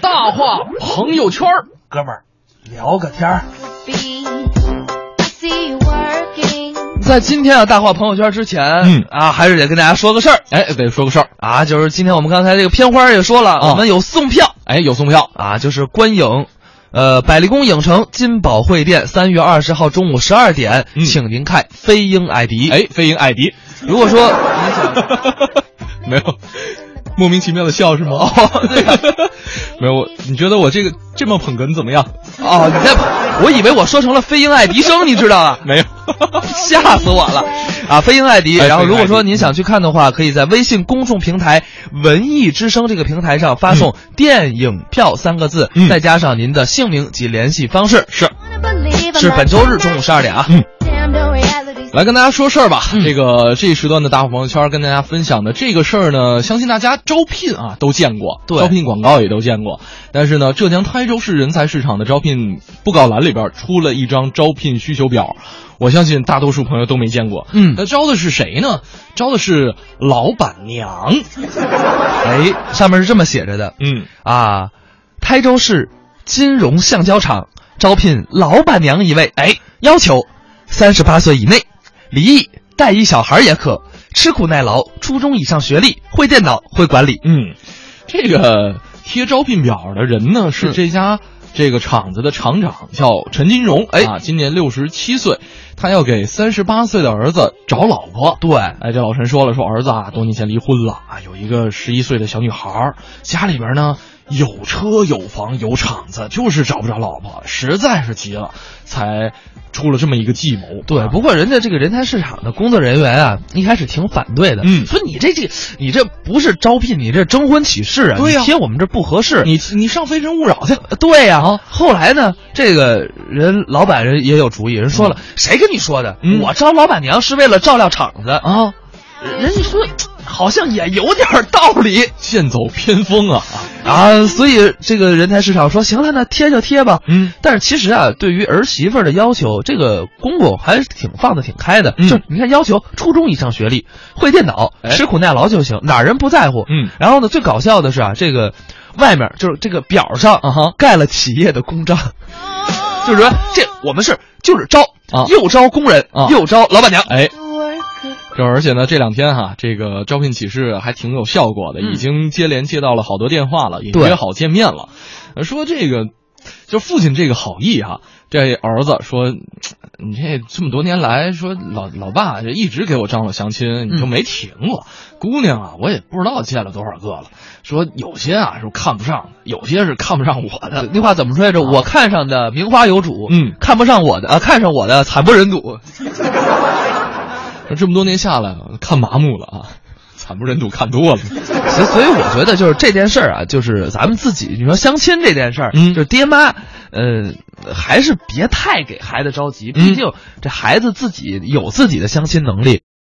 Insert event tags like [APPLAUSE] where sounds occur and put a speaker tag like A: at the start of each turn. A: 大话朋友圈儿
B: 哥们儿聊个天儿。
A: 在今天啊大话朋友圈之前，
B: 嗯
A: 啊，还是得跟大家说个事儿
B: 哎，得说个事儿，
A: 啊，就是今天我们刚才这个片花儿也说了，
B: 啊
A: 我们有送票
B: 哎，有送票，
A: 啊，就是观影。呃，百丽宫影城金宝汇店三月二十号中午十二点，
B: 嗯
A: 请您看《飞鹰艾迪》。，
B: 哎，飞鹰艾迪，
A: 如果说你想
B: 没有， [LAUGHS] 莫名其妙的笑是吗？
A: 哦对呀
B: [LAUGHS] 没有，我你觉得我这个这么捧哏怎么样？
A: 哦，你在，我以为我说成了飞鹰爱迪生，你知道吧？
B: [LAUGHS] 没有，
A: [LAUGHS] 吓死我了啊！飞鹰爱迪，
B: 哎
A: 然后如
B: 飞鹰
A: 果
B: 爱迪
A: 说您想去看的话，可以在微信公众平台“文艺之声”这个平台上发送“电影票”三个字，
B: 嗯
A: 再加上您的姓名及联系方式。
B: 是嗯
A: 是本周日中午十二点啊。嗯
B: 来跟大家说事儿吧。这个这一时段的大伙朋友圈跟大家分享的这个事儿呢，相信大家招聘啊都见过，
A: 对
B: 招聘广告也都见过。但是呢，浙江台州市人才市场的招聘布告栏里边出了一张招聘需求表，我相信大多数朋友都没见过。
A: 嗯
B: 那招的是谁呢？招的是老板娘。
A: 哎，上面是这么写着的
B: 嗯，
A: 啊，台州市金融橡胶厂招聘老板娘一位，哎，要求三十八岁以内，离异，带一小孩也可，吃苦耐劳，初中以上学历，会电脑，会管理。
B: 嗯，这个贴招聘表的人呢是这家这个厂子的厂长，叫陈金荣，
A: 哎
B: 啊，今年六十七岁，他要给三十八岁的儿子找老婆。
A: 对，
B: 哎，这老陈说了，说儿子啊，多年前离婚了啊，有一个十一岁的小女孩儿，家里边呢有车有房有厂子，就是找不着老婆，实在是急了，才出了这么一个计谋。
A: 对，
B: 啊
A: 不过人家这个人才市场的工作人员啊，一开始挺反对的，
B: 嗯
A: 说你这这你这不是招聘，你这征婚启事啊，
B: 对呀
A: 你贴我们这不合适。
B: 你你上《非诚勿扰》去，
A: 对呀、
B: 哦
A: 后来呢，这个人老板人也有主意，人说了，谁跟你说的？
B: 嗯哦
A: 我招老板娘是为了照料厂子啊。人家说，好像也有点道
B: [LAUGHS]
A: 理
B: 剑走偏锋啊啊！
A: 啊，所以这个人才市场说行了，那贴就贴吧。
B: 嗯
A: 但是其实啊，对于儿媳妇儿的要求，这个公公还是挺放的挺开的。
B: 嗯
A: 就你看，要求初中以上学历，会电脑，
B: 哎
A: 吃苦耐劳就行，哪儿人不在乎。
B: 嗯
A: 然后呢，最搞笑的是啊，这个外面就是这个表上
B: 啊哈
A: 盖了企业的公章，就是说这我们是就是招
B: 啊
A: 又招工人，
B: 啊
A: 又招老板娘。
B: 哎，这而且呢，这两天哈，这个招聘启事还挺有效果的，
A: 嗯
B: 已经接连接到了好多电话了，也
A: 对
B: 约好见面了。呃说这个，就父亲这个好意哈，这儿子说，你这这么多年来，说老老爸这一直给我张罗相亲，你就
A: 嗯
B: 没停过。姑娘啊，我也不知道见了多少个了。说有些啊是看不上的，有些是看不上我的。
A: 那话怎么说来着？我看上的名花有主，
B: 嗯
A: 看不上我的啊，看上我的惨不忍睹。
B: 这么多年下来，看麻木了啊，惨不忍睹，看多了。
A: 所以所以我觉得就是这件事儿啊，就是咱们自己，你说相亲这件事儿，
B: 嗯
A: 就是爹妈，呃，还是别太给孩子着急，
B: 嗯
A: 毕竟这孩子自己有自己的相亲能力。